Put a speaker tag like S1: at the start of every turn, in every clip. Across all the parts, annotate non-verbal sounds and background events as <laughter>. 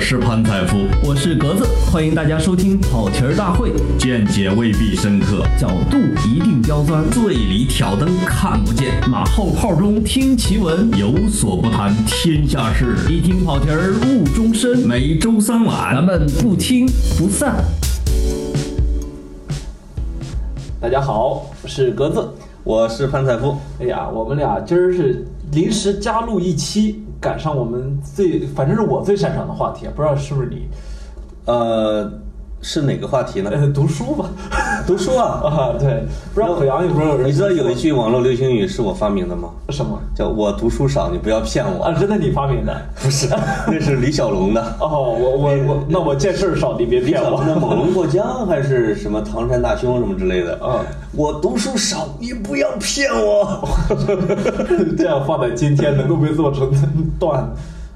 S1: 是潘采夫，
S2: 我是格子，欢迎大家收听跑题儿大会，
S1: 见解未必深刻，
S2: 角度一定刁钻，
S3: 醉里挑灯看不见，
S2: 马后炮中听奇闻，
S1: 有所不谈天下事，
S2: 一听跑题儿误终身。
S1: 每周三晚
S2: 咱们不听不散。
S4: 大家好，我是格子。
S3: 我是潘采夫，
S4: 哎呀，我们俩今儿是临时加录一期，赶上我们最，反正是我最擅长的话题，不知道是不是你？
S3: 呃，是哪个话题呢？
S4: 呃，读书吧。 <laughs>
S3: 读书啊，
S4: 啊，对，不知道可阳有没有人？
S3: 你知道有一句网络流行语是我发明的吗？
S4: 什么？
S3: 叫我读书少，你不要骗我。
S4: 啊，真的你发明的？
S3: 不是，那是李小龙的。
S4: 哦，我我我，那我见事儿少，你别
S3: 李
S4: 骗
S3: 小
S4: 我
S3: 龙。的《猛龙过江》还是什么《唐山大兄》什么之类的
S4: 啊？
S3: 我读书少，你不要骗
S4: <laughs>
S3: 我。
S4: 这样放在今天能够被做成段，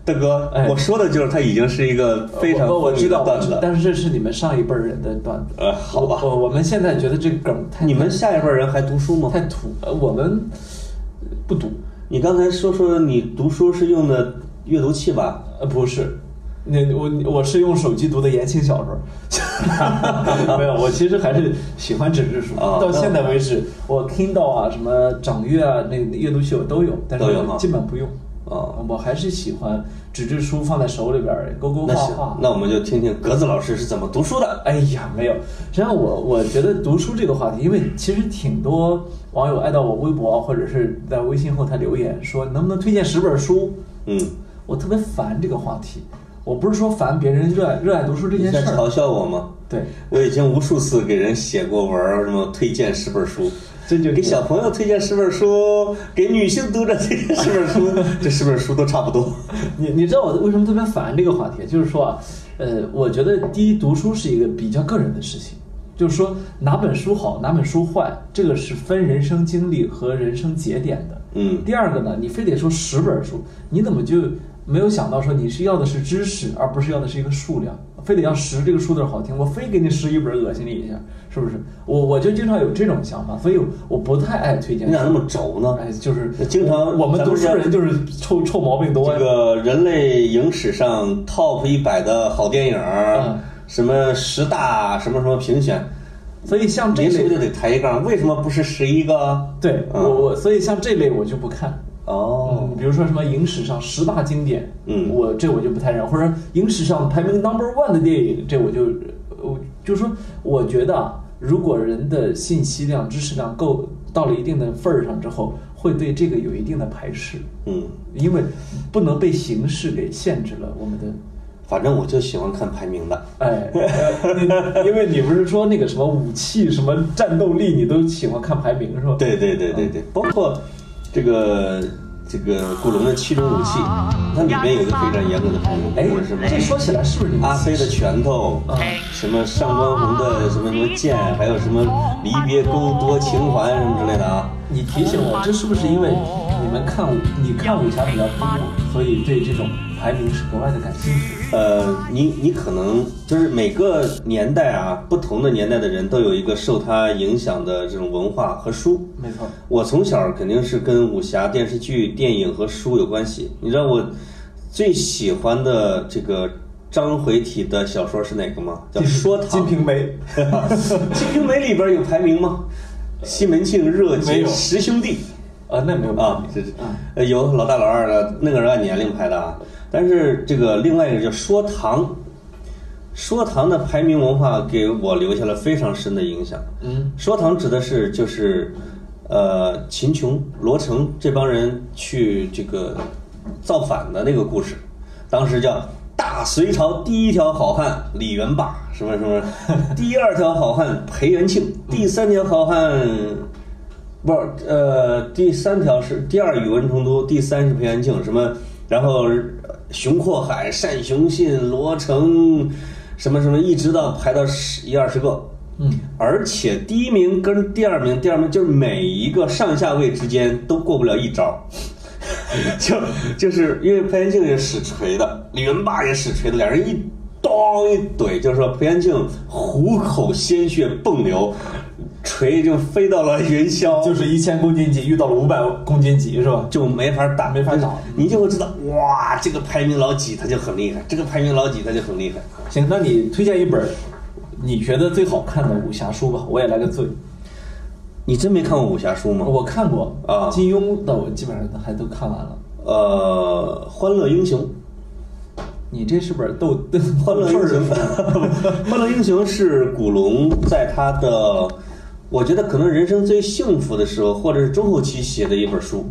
S3: 大哥
S4: 哎，
S3: 我说的就是他已经是一个 <laughs> 非常
S4: 我我
S3: 风
S4: 知
S3: 靡
S4: 道，
S3: 的
S4: 我
S3: 段
S4: 知道
S3: 子。
S4: 但是这是你们上一辈儿人的段子。
S3: 呃，好吧，
S4: 我我们现在觉得这个梗太
S3: 你们下一辈人还读书吗？
S4: 太土，呃我们呃不读。
S3: 你刚才说说你读书是用的阅读器吧？
S4: 呃，不是，那我我是用手机读的言情小说，
S3: <laughs>
S4: <laughs> 没有，我其实还是喜欢纸质书。
S3: 啊
S4: 到现在为止，我 Kindle 啊，什么掌阅啊，那个阅读器我都有，但是
S3: 都有
S4: 我
S3: 哈
S4: 基本不用。
S3: 啊，
S4: 我还是喜欢纸质书放在手里边儿勾勾
S3: 那
S4: 画
S3: 行
S4: 画，。
S3: 那我们就听听格子老师是怎么读书的。
S4: 哎呀，没有。实际上我，我觉得读书这个话题，因为其实挺多网友艾到我微博或者是在微信后台留言说，能不能推荐十本书？
S3: 嗯，
S4: 我特别烦这个话题。我不是说烦别人热爱热爱读书这
S3: 你
S4: 件
S3: 在
S4: 事
S3: 嘲
S4: 儿，
S3: 笑我吗？
S4: 对，
S3: 我已经无数次给人写过文儿，什么推荐十本书，
S4: 这就
S3: 给小朋友推荐十本书，给女性读者推荐十本书， <laughs> 这十本书都差不多。
S4: 你你知道我为什么特别烦这个话题？就是说啊，呃，我觉得第一，读书是一个比较个人的事情，就是说哪本书好，哪本书坏，这个是分人生经历和人生节点的。
S3: 嗯
S4: 第二个呢，你非得说十本书，你怎么就没有想到说你是要的是知识，而不是要的是一个数量？非得要十这个数字好听，我非给你十一本恶心你一下，是不是？我我就经常有这种想法，所以我不太爱推荐
S3: 你
S4: 书。
S3: 咋那么轴呢？
S4: 哎，就是
S3: 经常
S4: 我们
S3: 咱们
S4: 读书
S3: 家
S4: 人就是臭臭毛病多呀。
S3: 这个人类影史上 top 一百的好电影儿，
S4: 嗯
S3: 什么十大什么什么评选，
S4: 所以像这
S3: 您是不是就
S4: 类，
S3: 得抬一杠？为什么不是十一个？
S4: 对
S3: 嗯
S4: 我我，所以像这类我就不看。
S3: 哦
S4: 嗯，，比如说什么影史上十大经典，
S3: 嗯
S4: 我这我就不太认，或者影史上排名 number one 的电影，这我就我就是说，我觉得啊，如果人的信息量、知识量够到了一定的份儿上之后，会对这个有一定的排斥，
S3: 嗯，
S4: 因为不能被形式给限制了我们的。
S3: 反正我就喜欢看排名的。
S4: 哎，呃因为你不是说那个什么武器、什么战斗力，你都喜欢看排名是吧？
S3: 对对对对对，包括这个这个古龙的七种武器，它里面有一个非常严格的排名，
S4: 哎
S3: 比如什么，
S4: 这说起来哎是不是你
S3: 阿飞的拳头，什么上官红的什么什么剑，还有什么离别钩多情环什么之类的啊。
S4: 你提醒我，这是不是因为你们看武，你看武侠比较多，所以对这种排名是格外的感兴趣？
S3: 呃，你你可能就是每个年代啊，不同的年代的人都有一个受他影响的这种文化和书。
S4: 没错，
S3: 我从小肯定是跟武侠电视剧、电影和书有关系。你知道我最喜欢的这个章回体的小说是哪个吗？叫《说
S4: 《
S3: 唐》。
S4: 金瓶梅》
S3: <laughs>
S4: <laughs>
S3: 金瓶梅》里边有排名吗？西门庆、热
S4: 没
S3: 结、
S4: 有
S3: 十兄弟
S4: 啊，那没有嗯
S3: 啊，这是呃有老大老二的，那个人按年龄排的啊。但是这个另外一个叫《说唐》，《说唐》的排名文化给我留下了非常深的影响。
S4: 嗯，
S3: 说堂指的是就是，呃，秦琼、罗成这帮人去这个造反的那个故事，当时叫大隋朝第一条好汉李元霸，什么什么， <laughs> 第二条好汉裴元庆，第三条好汉。不是，呃，第三条是第二宇文成都，第三是裴元庆，什么，然后呃熊阔海、单雄信、罗成，什么什么，一直到排到十一二十个，
S4: 嗯，
S3: 而且第一名跟第二名，第二名就是每一个上下位之间都过不了一招， <laughs> 就就是因为裴元庆也使锤的，李元霸也使锤的，两人一咚一怼，就是说裴元庆虎口鲜血迸流，锤就飞到了元宵，
S4: 就是一千公斤级遇到了五百公斤级是吧？
S3: 就没法打，
S4: 没法打
S3: 就是你就会知道，哇，这个排名老几他就很厉害，这个排名老几他就很厉害。
S4: 行，那你推荐一本你觉得最好看的武侠书吧，我也来个最。
S3: 你真没看过武侠书吗？
S4: 我看过
S3: 啊
S4: 金庸的我基本上还都看完了。
S3: 呃，《欢乐英雄》，
S4: 你这是本 <laughs> 逗逗
S3: 《欢乐英雄》， <laughs> 《欢乐英雄》是古龙在他的，我觉得可能人生最幸福的时候，或者是中后期写的一本书。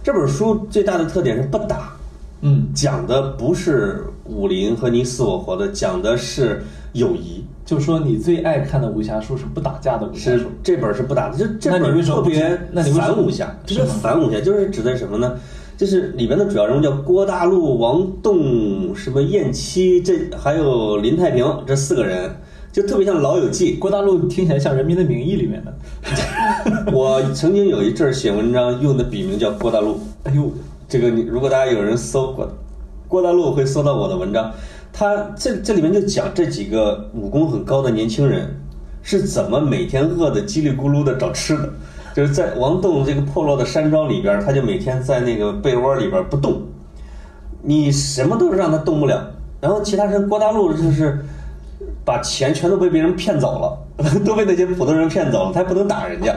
S3: 这本书最大的特点是不打，
S4: <laughs> 嗯，
S3: 讲的不是武林和你死我活的，讲的是友谊。
S4: 就说你最爱看的武侠书是不打架的武侠
S3: 是
S4: 书，
S3: 这本是不打的，这这
S4: 那你为
S3: 本
S4: 什么
S3: 特
S4: 不
S3: 别
S4: 那你为什么
S3: 反武侠，这
S4: 是
S3: 个
S4: 吗
S3: 反武侠就是指的是什么呢？就是里边的主要人物叫郭大陆、王栋、什么燕七，这还有林太平这四个人，就特别像《老友记》。
S4: 郭大陆听起来像《人民的名义》里面的。
S3: <laughs> 我曾经有一阵儿写文章用的笔名叫郭大陆，
S4: 哎呦，
S3: 这个你如果大家有人搜郭郭大陆，会搜到我的文章。他这这里面就讲这几个武功很高的年轻人是怎么每天饿得叽里咕噜的找吃的，就是在王栋这个破落的山庄里边儿，他就每天在那个被窝里边儿不动，你什么都让他动不了。然后其他人郭大陆就是把钱全都被别人骗走了， <laughs> 都被那些普通人骗走了，他还不能打人家，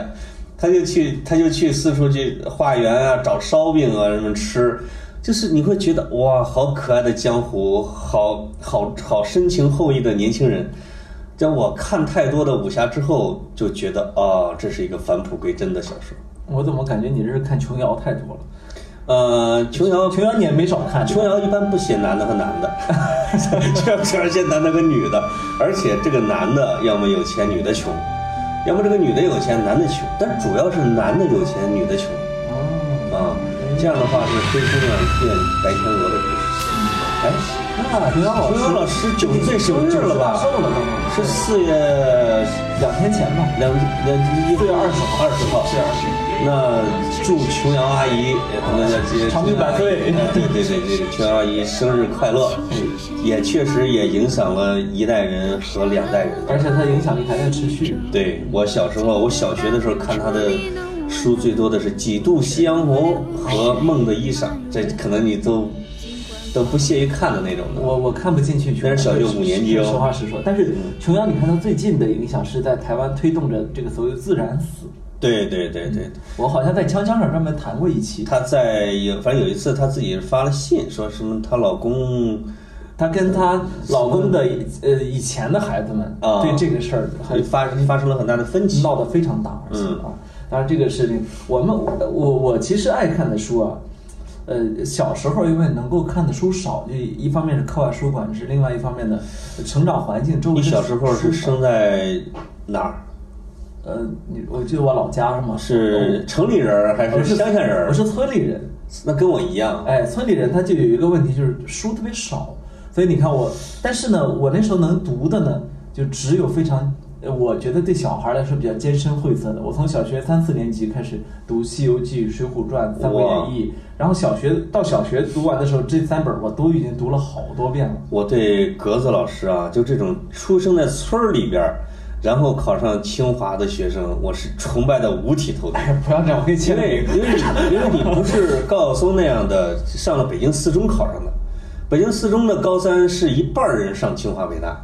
S3: 他就去他就去四处去化缘啊，找烧饼啊什么吃，就是你会觉得哇，好可爱的江湖，好好好深情厚谊的年轻人。让我看太多的武侠之后，就觉得啊、这是一个返璞归真的小说。
S4: 我怎么感觉你这是看琼瑶太多了？
S3: 呃，琼瑶
S4: 琼瑶你也没少看，
S3: 琼啊瑶一般不写男的和男的， <laughs> 琼瑶只写男的和女的，而且这个男的要么有钱，女的穷，要么这个女的有钱，男的穷，但主要是男的有钱，女的穷
S4: 哦，
S3: 啊。这样的话是灰姑娘变白天鹅的故事。哎，
S4: 那琼瑶老
S3: 琼
S4: 师
S3: 瑶老师九十岁生日了吧？
S4: 生日了吧
S3: 是四月
S4: 两天前吧。
S3: 两两一
S4: 四月二十号
S3: 二十号。
S4: 是二十。
S3: 那祝琼瑶阿姨，呃那叫这
S4: 长命百岁
S3: 哎对对对对，琼瑶阿姨生日快乐！也确实也影响了一代人和两代人。
S4: 而且它影响力还在持续。
S3: 对我小时候，我小学的时候看她的书最多的是《几度夕阳红》和《梦的衣裳》，这可能你都都不屑于看的那种的。
S4: 我我看不进去琼瑶，
S3: 那是小学五年级哦
S4: 实话实说，但是琼瑶，你看它最近的影响是在台湾推动着这个所谓自然死。
S3: 对对对对，
S4: 我好像在锵锵上专门谈过一期，
S3: 她在有反正有一次她自己发了信，说什么她老公。
S4: 她跟她老公的呃以前的孩子们
S3: 啊
S4: 对这个事儿很
S3: 发发生了很大的分歧。
S4: 闹得非常大，而且
S3: 嗯
S4: 啊，当然这个事情，我们我我我其实爱看的书啊，呃，小时候因为能够看的书少，就一方面是课外书馆是另外一方面的成长环境周围
S3: 你
S4: 的书。
S3: 小时候是生在哪儿？
S4: 呃，你我记得我老家是吗？
S3: 是城里人儿还
S4: 我
S3: 是乡下人儿
S4: 我？哦是村里人。
S3: 那跟我一样。
S4: 哎，村里人他就有一个问题，就是书特别少，所以你看我，但是呢，我那时候能读的呢，就只有非常，呃我觉得对小孩来说比较艰深晦涩的。我从小学三四年级开始读《西游记》《水浒传》《三国演义》，然后小学到小学读完的时候，这三本我都已经读了好多遍了。 <laughs>
S3: 我对格子老师啊，就这种出生在村儿里边儿，然后考上清华的学生，我是崇拜的五体投地。
S4: 哎，不要这样，我 <laughs> 给你签
S3: 因
S4: 个
S3: 为
S4: 名。
S3: 因为你因为你不是高晓松那样的上了北京四中考上的，北京四中的高三是一半儿人上清华北大，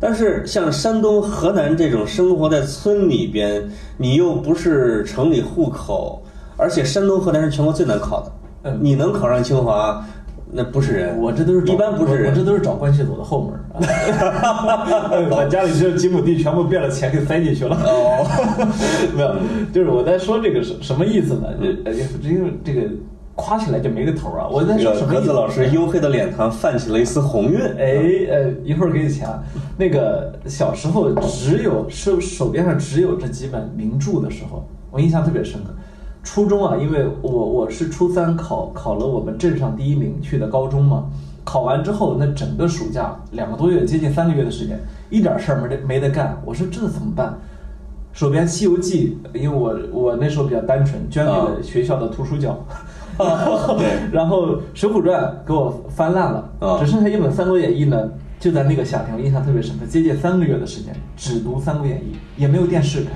S3: 但是像山东、河南这种生活在村里边，你又不是城里户口，而且山东、河南是全国最难考的，
S4: 嗯
S3: 你能考上清华，那不是人，
S4: 我这都是找
S3: 一般不是
S4: 我
S3: 人，
S4: 我这都是找关系组的后门儿。啊 <laughs> 我家里只有几亩地，全部变了钱给塞进去了。哦， <laughs> 没有，就是我在说这个是什么意思呢？这因为这个夸起来就没个头儿啊！我在
S3: 这
S4: 说
S3: 个
S4: 什么
S3: 格
S4: 意
S3: 子
S4: 思？
S3: 老师黝黑的脸庞泛起了一丝红晕。
S4: 哎呃，一会儿给你钱。那个小时候只有手手边上只有这几本名著的时候，我印象特别深刻。初中啊，因为我我是初三考考了我们镇上第一名去的高中嘛，考完之后那整个暑假两个多月，接近三个月的时间，一点事儿没得没得干。我说这怎么办？手边《西游记》，因为我我那时候比较单纯，捐给了学校的图书角。
S3: <laughs>
S4: <laughs>
S3: 对
S4: 然后《水浒传》给我翻烂了，
S3: 啊
S4: 只剩下一本《三国演义》呢。就在那个夏天，我印象特别深刻，接近三个月的时间，只读《三国演义》，也没有电视看，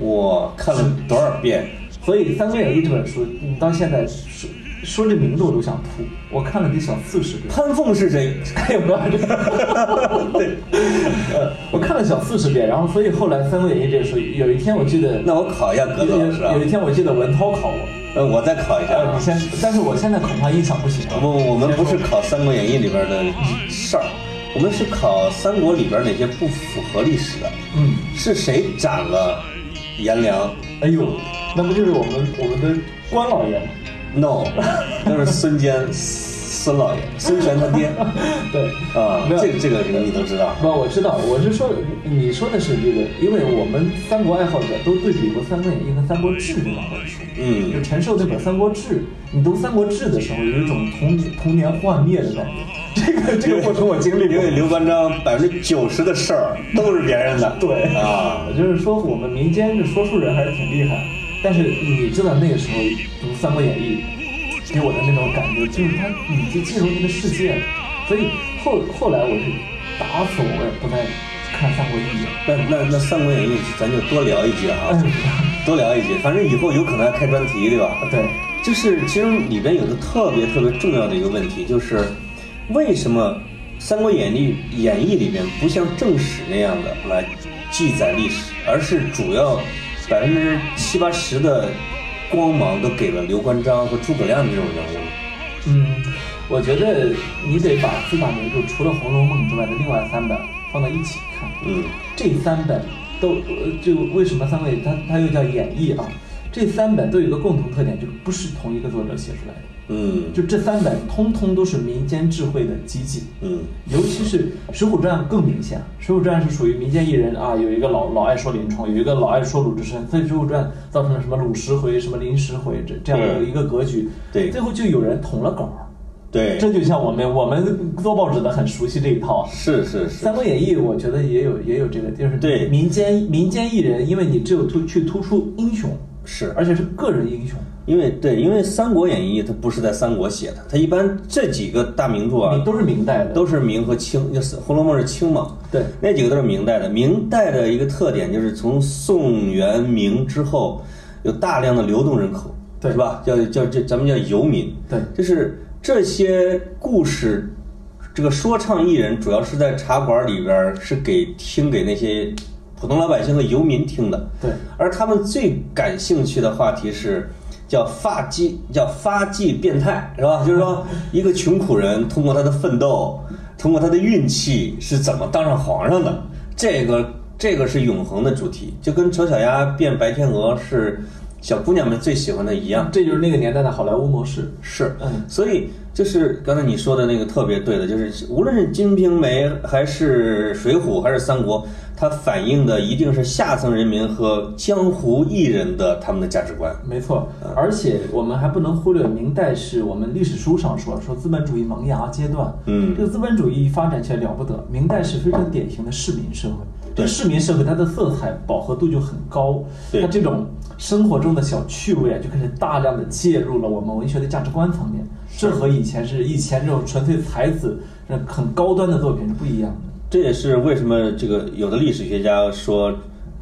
S3: 我看了多少遍？
S4: 所以《三国演义》这本书，你到现在说说这名字我都想吐，我看了得小四十遍。 <laughs>
S3: 潘凤是谁？ <laughs>
S4: 哎，不要这样。 <laughs> 对，呃，我看了小四十遍，然后所以后来《三国演义》这个书，有一天我记得，
S3: 那我考一下格子
S4: 有
S3: 老师啊
S4: 有，有一天我记得文涛考我，
S3: 呃，我再考一下
S4: 呃，
S3: 啊
S4: 你。先，但是我现在恐怕印象不行了。
S3: 不，我们不是
S4: 你先说
S3: 考《三国演义》里边的事儿，我们是考三国里边哪些不符合历史的。
S4: 嗯，
S3: 是谁斩了颜良
S4: 哎呦，那不就是我们我们的关老爷吗？
S3: ？No，那 <laughs> 是孙坚，孙老爷，孙权他爹。
S4: 对，
S3: 啊，
S4: 没有
S3: 这个这个你都知道。
S4: 不，我知道，我是说，你说的是这个，因为我们三国爱好者都对比过《三国演义》和《三国志》这两本书。就
S3: 嗯，
S4: 陈寿那本《三国志》，你读《三国志》的时候，有一种童童年幻灭的感觉。 <laughs> 这个这个过程我经历
S3: 因为
S4: 过。
S3: 刘关张百分之九十的事儿都是别人的。
S4: 对
S3: 啊，
S4: 我就是说，我们民间的说书人还是挺厉害，但是你知道那个时候读《三国演义》，给我的那种感觉就是他已经进入那个世界了。所以后后来我是打死我也不再看《三国演义》了。
S3: 那那那《三国演义》咱就多聊一集啊，
S4: 嗯
S3: 多聊一集，反正以后有可能还开专题，对吧？
S4: 对，
S3: 就是其实里边有个特别特别重要的一个问题，就是为什么《三国演义》演义里面不像正史那样的来记载历史，而是主要百分之七八十的光芒都给了刘关张和诸葛亮这种人物？
S4: 嗯，我觉得你得把四大名著除了《红楼梦》之外的另外三本放到一起看。
S3: 嗯
S4: 这三本都呃就为什么三位它它又叫演绎啊？这三本都有一个共同特点，就是不是同一个作者写出来的。
S3: 嗯
S4: 就这三本通通都是民间智慧的集锦，
S3: 嗯
S4: 尤其是《水浒传》更明显，《水浒传》是属于民间艺人啊，有一个老老爱说林冲，有一个老爱说鲁智深，所以《水浒传》造成了什么鲁十回、什么林十回这这样的
S3: 嗯
S4: 一个格局。
S3: 对
S4: 最后就有人捅了稿儿，
S3: 对，
S4: 这就像我们我们做报纸的很熟悉这一套啊。
S3: 是是
S4: 《
S3: 是
S4: 三，国演义》我觉得也有也有这个，就是
S3: 对
S4: 民间民间艺人，因为你只有突去突出英雄，
S3: 是
S4: 而且是个人英雄，
S3: 因为对，因为《三国演义》它不是在三国写的，它一般这几个大名著啊
S4: 你，都是明代的，
S3: 都是明和清，就是《红楼梦》是清嘛，
S4: 对
S3: 那几个都是明代的。明代的一个特点就是从宋元明之后，有大量的流动人口，
S4: 对
S3: 是吧？叫叫这咱们叫游民，
S4: 对
S3: 就是这些故事，这个说唱艺人主要是在茶馆里边儿是给听给那些普通老百姓和游民听的，
S4: 对
S3: 而他们最感兴趣的话题是叫发迹，叫发迹变态，是吧？就是说，一个穷苦人通过他的奋斗，通过他的运气是怎么当上皇上的？这个这个是永恒的主题，就跟丑小鸭变白天鹅是小姑娘们最喜欢的一样。
S4: 这就是那个年代的好莱坞模式。
S3: 是，
S4: 嗯
S3: 所以就是刚才你说的那个特别对的，就是无论是《金瓶梅》还是《水浒》还是《三国》，它反映的一定是下层人民和江湖艺人的他们的价值观。
S4: 没错，而且我们还不能忽略，明代是我们历史书上说说资本主义萌芽阶段，
S3: 嗯
S4: 这个资本主义发展起来了不得，明代是非常典型的市民社会，
S3: 对
S4: 这市民社会它的色彩饱和度就很高，
S3: 对
S4: 它这种生活中的小趣味啊，就开始大量的介入了我们文学的价值观层面，这和以前是以前这种纯粹才子、这很高端的作品是不一样的。
S3: 这也是为什么这个有的历史学家说，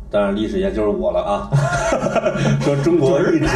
S3: 当然历史学家就是我了啊， <laughs> 说中国一直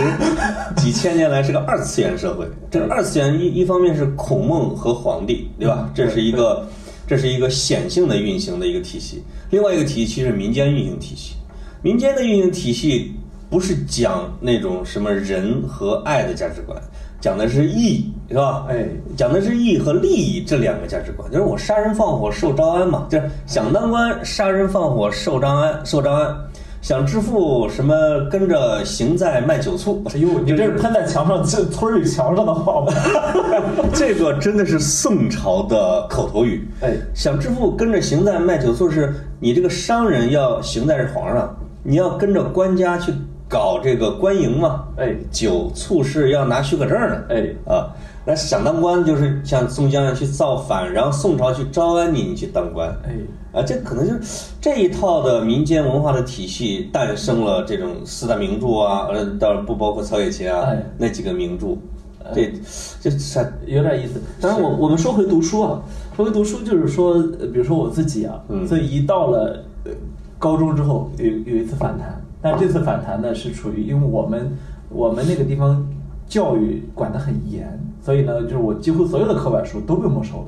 S3: 几千年来是个二次元社会。这个二次元一一方面是孔孟和皇帝，嗯对吧？这是一个这是一个显性的运行的一个体系，另外一个体系是民间运行体系。民间的运行体系不是讲那种什么人和爱的价值观，讲的是义，是吧？
S4: 哎
S3: 讲的是义和利益这两个价值观，就是我杀人放火受招安嘛，就是想当官杀人放火受招安受招安，想致富什么跟着行在卖酒醋，
S4: 哎呦，你这是喷在墙上，这村里墙上的话 <laughs> 吗？
S3: <laughs> 这个真的是宋朝的口头语。
S4: 哎
S3: 想致富跟着行在卖酒醋是，你这个商人要行在是皇上，你要跟着官家去搞这个官营嘛。
S4: 哎
S3: 酒醋是要拿许可证的。
S4: 哎
S3: 啊，那想当官就是像宋江一样去造反，然后宋朝去招安你，你去当官。
S4: 哎，
S3: 啊，这可能就是这一套的民间文化的体系诞生了这种四大名著啊，呃，当然不包括曹雪芹啊、
S4: 哎
S3: 那几个名著，这这这
S4: 有点意思。当然我，我们说回读书啊，说回读书就是说，呃比如说我自己啊，
S3: 嗯
S4: 所以一到了呃高中之后，有有一次反弹，但这次反弹呢是处于因为我们我们那个地方教育管得很严，所以呢，就是我几乎所有的课外书都被没收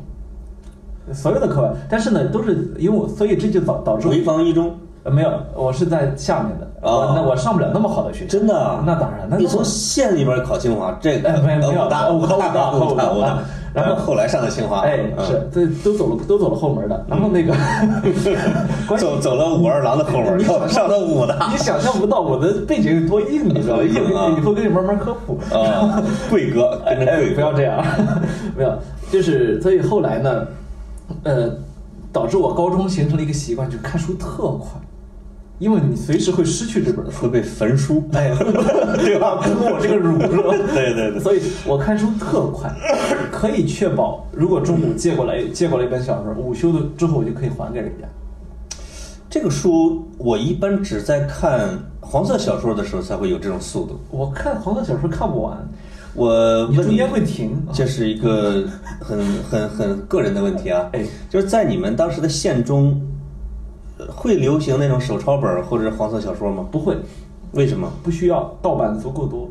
S4: 了，所有的课外，但是呢，都是因为我，所以这就导导致我
S3: 潍坊一中，
S4: 呃没有，我是在下面的，
S3: 哦
S4: 我那我上不了那么好的学校，
S3: 真的啊？
S4: 那当然，那
S3: 你
S4: 当然
S3: 从县里边考清华，这个
S4: 哎没有没有
S3: 武大，
S4: 呃
S3: 武
S4: 武大
S3: 大，
S4: 武
S3: 大，
S4: 大
S3: 武大
S4: 啊。然后
S3: 后来上的清华，
S4: 哎，
S3: 嗯
S4: 是，这都走了，都走了后门的。然后那个，
S3: 嗯
S4: <laughs> 关于
S3: 走走了武二郎的后门，
S4: 你
S3: 又 <laughs> 上了武大，
S4: <laughs> 你想象不到我的背景有多硬，你知道吗？
S3: 硬啊
S4: 以后跟你慢慢科普。 <laughs>
S3: 啊，贵哥跟着
S4: 哎
S3: 贵，哥，
S4: 不要这样， <laughs> 没有，就是所以后来呢，呃，导致我高中形成了一个习惯，就看书特快，因为你随时会失去这本书。
S3: 会被焚书，哎， <laughs> 对吧？？
S4: 跟我这个乳是吧
S3: 对对对
S4: 所以我看书特快，可以确保，如果中午借过来借过来一本小说，午休的之后我就可以还给人家。
S3: 这个书我一般只在看黄色小说的时候才会有这种速度。
S4: 我看黄色小说看不完，
S3: 我
S4: 你
S3: 问
S4: 中间会停。
S3: 这是一个很很很个人的问题啊
S4: 哎，
S3: 就是在你们当时的县中，呃会流行那种手抄本儿或者黄色小说吗？
S4: 不会，
S3: 为什么？
S4: 啊不需要，盗版足够多。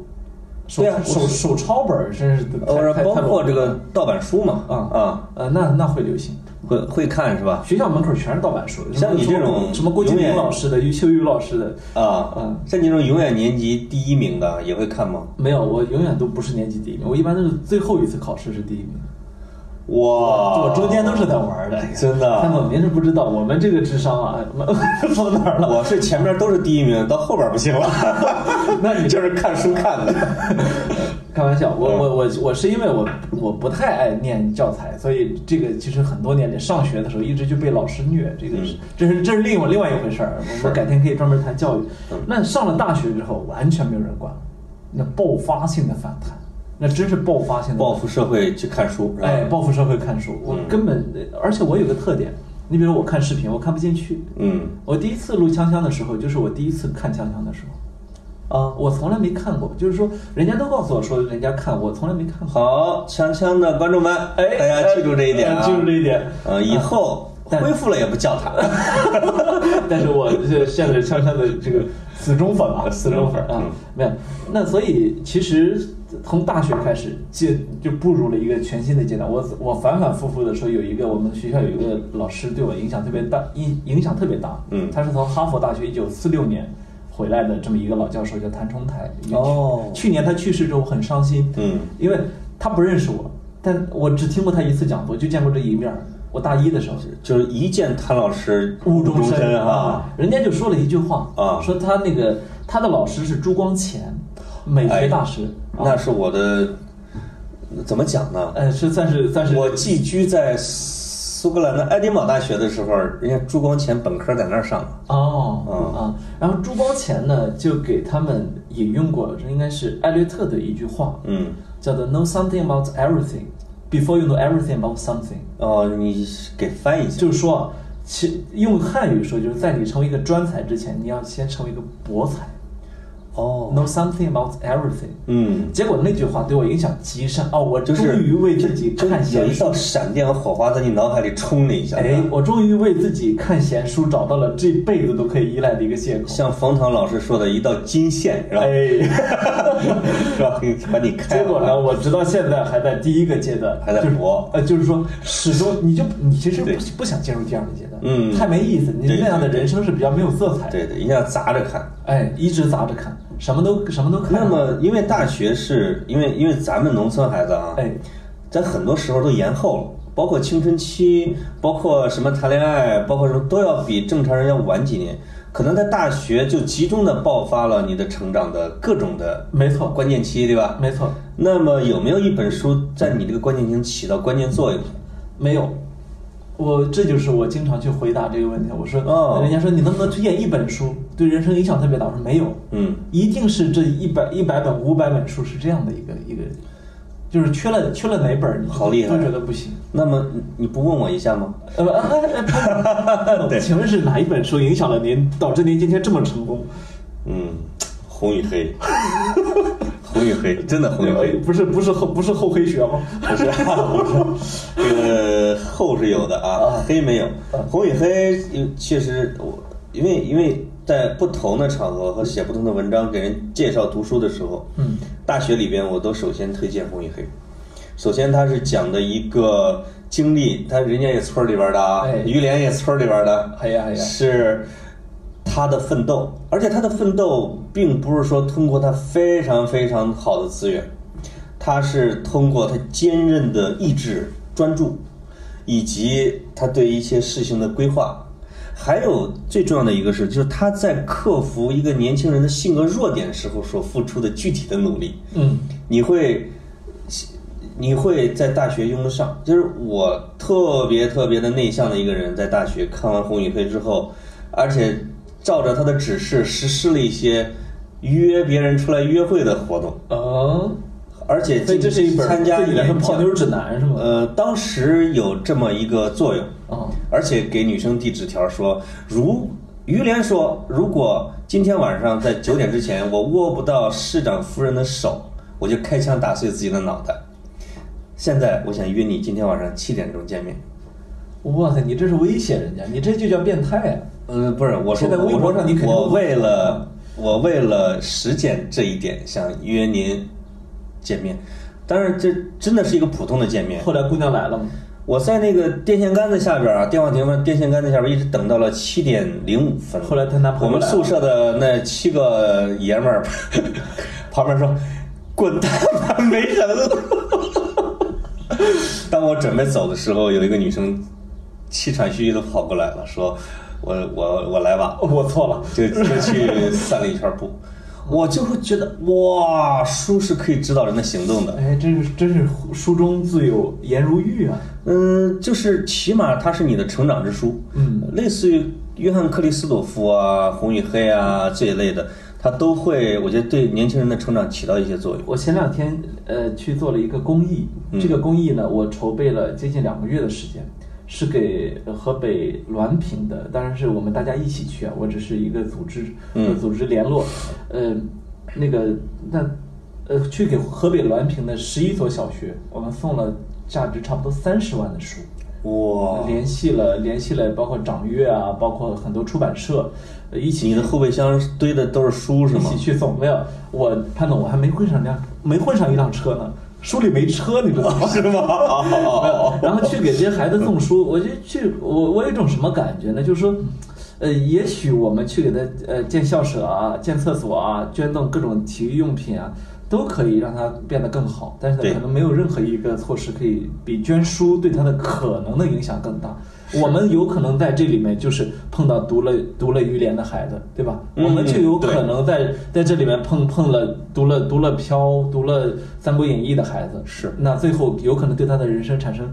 S4: 手
S3: 对啊
S4: 手
S3: 我
S4: 手抄本儿真是太
S3: 或者
S4: 太
S3: 包
S4: 太
S3: 括这
S4: 冷了
S3: 个盗版书嘛？
S4: 啊
S3: 啊，
S4: 呃，那那会流行。
S3: 会会看是吧？
S4: 学校门口全是盗版书，
S3: 像你这种
S4: 什么郭敬
S3: 永远
S4: 明老师的、余秀玉老师的，
S3: 啊
S4: 嗯，
S3: 像你这种永远年级第一名的也会看吗？
S4: 没有，我永远都不是年级第一名，我一般都是最后一次考试是第一名。
S3: 哇，
S4: 我中间都是在玩儿的，哎呀
S3: 啊真的啊
S4: 但我您是不知道，我们这个智商啊，哎妈 <laughs> 跑哪儿了？
S3: 我是前面都是第一名，到后边不行了。
S4: 那
S3: <laughs>
S4: 你
S3: 就是看书看的。
S4: <laughs> 开玩笑，
S3: 嗯
S4: 我我我我是因为我我不太爱念教材，所以这个其实很多年上学的时候一直就被老师虐，这个是这是这是另外另外一回事儿。我
S3: 嗯是嗯
S4: 们改天可以专门谈教育。那上了大学之后，完全没有人管了，那爆发性的反弹，那真是爆发性的
S3: 报复社会去看书，是吧？嗯
S4: 哎，报复社会看书，我根本，而且我有个特点，你比如我看视频，我看不进去。
S3: 嗯，
S4: 我第一次录《锵锵》的时候，就是我第一次看《锵锵》的时候，啊，我从来没看过，就是说人家都告诉我说人家看，我从来没看过。
S3: 好，锵锵的观众们，
S4: 哎，
S3: 大家记住这一点啊，
S4: 呃记住这一点。
S3: 呃，以后
S4: 但
S3: 恢复了也不叫他。
S4: <laughs> 但是我这现在是锵锵的这个死忠粉
S3: <laughs>
S4: 啊，死忠粉啊
S3: 嗯，
S4: 没有。那所以其实从大学开始阶就步入了一个全新的阶段。我我反反复复的说，有一个我们学校有一个老师对我影响特别大，影影响特别大。
S3: 嗯
S4: 他是从哈佛大学一九四六年回来的这么一个老教授，叫谭冲台。
S3: 哦
S4: 去年他去世之后，我很伤心。
S3: 嗯
S4: 因为他不认识我，但我只听过他一次讲座，就见过这一面儿。我大一的时候，
S3: 就是一见谭老师，
S4: 误中
S3: 身
S4: 身
S3: 啊，，
S4: 人家就说了一句话
S3: 啊
S4: 说他那个他的老师是朱光潜，美学大师，
S3: 哎那
S4: 啊
S3: 是我的，怎么讲呢？
S4: 呃是算是算是
S3: 我寄居在苏格兰的爱丁堡大学的时候，人家朱光潜本科在那儿上的。
S4: 哦
S3: 嗯
S4: 啊，然后朱光潜呢就给他们引用过，这应该是艾略特的一句话，
S3: 嗯，
S4: 叫做 “Know something about everything before you know everything about something”，
S3: 哦，你给翻译一下
S4: 就是说啊，其用汉语说就是在你成为一个专才之前，你要先成为一个博才
S3: 哦，
S4: ，Know something about everything。
S3: 嗯，
S4: 结果那句话对我影响极深哦，我
S3: 就
S4: 终
S3: 是
S4: 于为自己
S3: 就
S4: 看
S3: 有
S4: 闲
S3: 一
S4: 书
S3: 道，闪电和火花在你脑海里冲了一下。
S4: 哎，我终于为自己看闲书找到了这辈子都可以依赖的一个借口。
S3: 像冯唐老师说的一道金线，是吧？
S4: 哎， <laughs>
S3: <laughs> 是吧？给把你开
S4: 结果呢，
S3: 了。
S4: 我直到现在还在第一个阶段，
S3: 还在
S4: 就是
S3: 搏
S4: 呃，就是说始终你就你其实
S3: 对
S4: 不不想进入第二个阶段，
S3: 嗯
S4: 太没意思，你
S3: 对
S4: 那样的
S3: 对对
S4: 人生是比较没有色彩，
S3: 对对，一定要砸着看。
S4: 哎，一直砸着看，什么都什么都看，
S3: 那么，因为大学是因为因为咱们农村孩子啊，
S4: 哎，
S3: 在很多时候都延后了，包括青春期，包括什么谈恋爱，包括什么都要比正常人要晚几年。可能在大学就集中的爆发了你的成长的各种的
S4: 没错，
S3: 关键期，对吧？
S4: 没错，
S3: 那么有没有一本书在你这个关键期起到关键作用？
S4: 没有。我这就是我经常去回答这个问题。我说，
S3: 哦
S4: 人家说你能不能推荐一本书对人生影响特别大？我说没有，
S3: 嗯，
S4: 一定是这一百一百本五百本书是这样的一个一个，就是缺了缺了哪本儿你
S3: 好厉害
S4: 都觉得不行。
S3: 那么你不问我一下吗？
S4: 呃，啊啊啊
S3: <laughs> 对
S4: 请问是哪一本书影响了您，导致您今天这么成功？
S3: 嗯，红与黑，
S4: <laughs>
S3: 红与黑，真的红与黑
S4: 呃，不是不是厚不是厚黑学吗？
S3: 不是、不是，
S4: 啊
S3: 这个厚是有的啊，黑没有。红与黑呃确实，我因为因为在不同的场合和写不同的文章给人介绍读书的时候，
S4: 嗯，
S3: 大学里边我都首先推荐《红与黑》，首先他是讲的一个经历，他人家也村里边的啊
S4: 哎，
S3: 于连也村里边的，
S4: 哎呀哎呀
S3: 是他的奋斗，而且他的奋斗并不是说通过他非常非常好的资源，他是通过他坚韧的意志、专注，以及他对一些事情的规划，还有最重要的一个是，就是他在克服一个年轻人的性格弱点时候所付出的具体的努力。
S4: 嗯，
S3: 你会，你会在大学用得上。就是我特别特别的内向的一个人，在大学看完《红与黑》之后，而且照着他的指示实施了一些约别人出来约会的活动，
S4: 哦，
S3: 而且
S4: 所以这是一本
S3: 参加
S4: 对你来说
S3: 演
S4: 泡
S3: 讲
S4: 妞指南是吗？
S3: 呃，当时有这么一个作用，
S4: 哦，
S3: 而且给女生递纸条说，如于连说，如果今天晚上在九点之前我握不到市长夫人的手，我就开枪打碎自己的脑袋。现在我想约你今天晚上七点钟见面。
S4: 哇塞，你这是威胁人家，你这就叫变态啊！
S3: 呃，不是，我说
S4: 现在微博
S3: 我说
S4: 上你肯定
S3: 我
S4: 不
S3: 为了我为了实践这一点，想约您见面。当然，这真的是一个普通的见面。
S4: 后来姑娘来了吗？
S3: 我在那个电线杆子下边啊，电话亭上电线杆子下边一直等到了七点零五分。
S4: 后来她男朋友
S3: 我们
S4: 来了
S3: 宿舍的那七个爷们儿 <laughs> 旁边说：“滚他妈，没人了！”当我准备走的时候，有一个女生气喘吁吁的跑过来了，说：“我我我来吧。”
S4: 哦我错了，
S3: 就就去散了一圈步，我就会觉得哇，书是可以指导人的行动的。
S4: 哎，真是真是书中自有颜如玉啊！
S3: 嗯，就是起码它是你的成长之书，
S4: 嗯，
S3: 类似于约翰克里斯朵夫啊、红与黑啊这一类的，它都会，我觉得对年轻人的成长起到一些作用。
S4: 我前两天呃去做了一个公益，这个公益呢，我筹备了接近两个月的时间，是给河北滦平的，当然是我们大家一起去啊，我只是一个组织，
S3: 嗯
S4: 组织联络，呃，那个那呃去给河北滦平的十一所小学，我们送了价值差不多三十万的书，
S3: 哇，
S4: 联系了联系了包括掌阅啊，包括很多出版社，呃一起
S3: 你的后备箱堆的都是书是
S4: 一
S3: 吗
S4: 起？去送。没有，我潘总，我还没混上辆，没混上一辆车呢，书里没车，你知道吗？是 <laughs> 吗？
S3: 哦
S4: 没有， <laughs> 然后去给这些孩子送书，我就去，我我有一种什么感觉呢？就是说。呃，也许我们去给他呃建校舍啊、建厕所啊、捐赠各种体育用品啊，都可以让他变得更好。但是呢，
S3: 对
S4: 可能没有任何一个措施可以比捐书对他的可能的影响更大。我们有可能在这里面就是碰到读了读了于连的孩子，对吧？
S3: 嗯
S4: 我们就有
S3: 对
S4: 可能在在这里面碰碰了读了读了飘读了《三国演义》的孩子，
S3: 是
S4: 那最后有可能对他的人生产生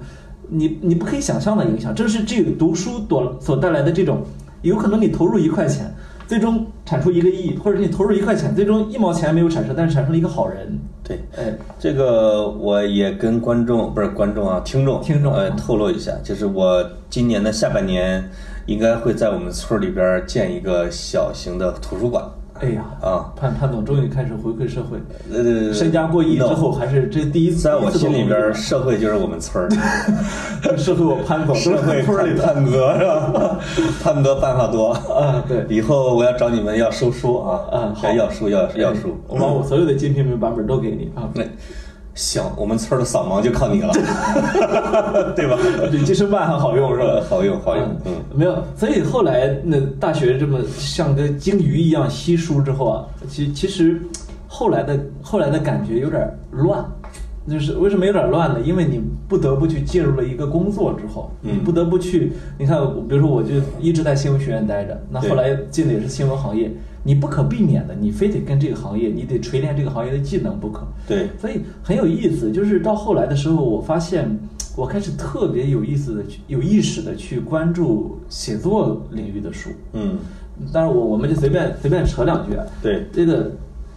S4: 你你不可以想象的影响。正是这个读书所所带来的这种，有可能你投入一块钱，最终产出一个亿，或者你投入一块钱，最终一毛钱没有产生，但是产生了一个好人。
S3: 对，
S4: 哎，
S3: 这个我也跟观众不是观众啊，听众
S4: 听众
S3: 呃
S4: 嗯
S3: 透露一下，就是我今年的下半年应该会在我们村儿里边儿建一个小型的图书馆
S4: 哎呀，
S3: 啊。
S4: 潘潘总终于开始回馈社会，
S3: 呃，
S4: 身家过亿之
S3: no
S4: 后，还是这第一次
S3: 在我心里边儿，
S4: 第一次
S3: 社会就是我们村儿，
S4: 做公益社会我潘总
S3: 社会
S4: 村儿里的。
S3: 探哥是吧？探哥办法多
S4: 啊对
S3: 以后我要找你们要收书啊，
S4: 嗯好
S3: 要书要要书。
S4: 我把我所有的《金瓶梅》版本都给你啊！
S3: 那行，我们村儿的扫盲就靠你了，对吧？
S4: 比计生办还好用是吧？
S3: 好用好用
S4: 啊
S3: 嗯
S4: 没有，所以后来那大学这么像个鲸鱼一样吸书之后啊，其其实后来的后来的感觉有点乱，就是为什么有点乱呢？因为你不得不去介入了一个工作之后，
S3: 嗯
S4: 你不得不去，你看，比如说我就一直在新闻学院待着，那
S3: 对
S4: 后来进的也是新闻行业，你不可避免的，你非得跟这个行业，你得锤炼这个行业的技能不可。
S3: 对，
S4: 所以很有意思。就是到后来的时候，我发现我开始特别有意思的、有意识的去关注写作领域的书。
S3: 嗯，
S4: 当然我，我们就随便随便扯两句。啊
S3: 对
S4: 这个，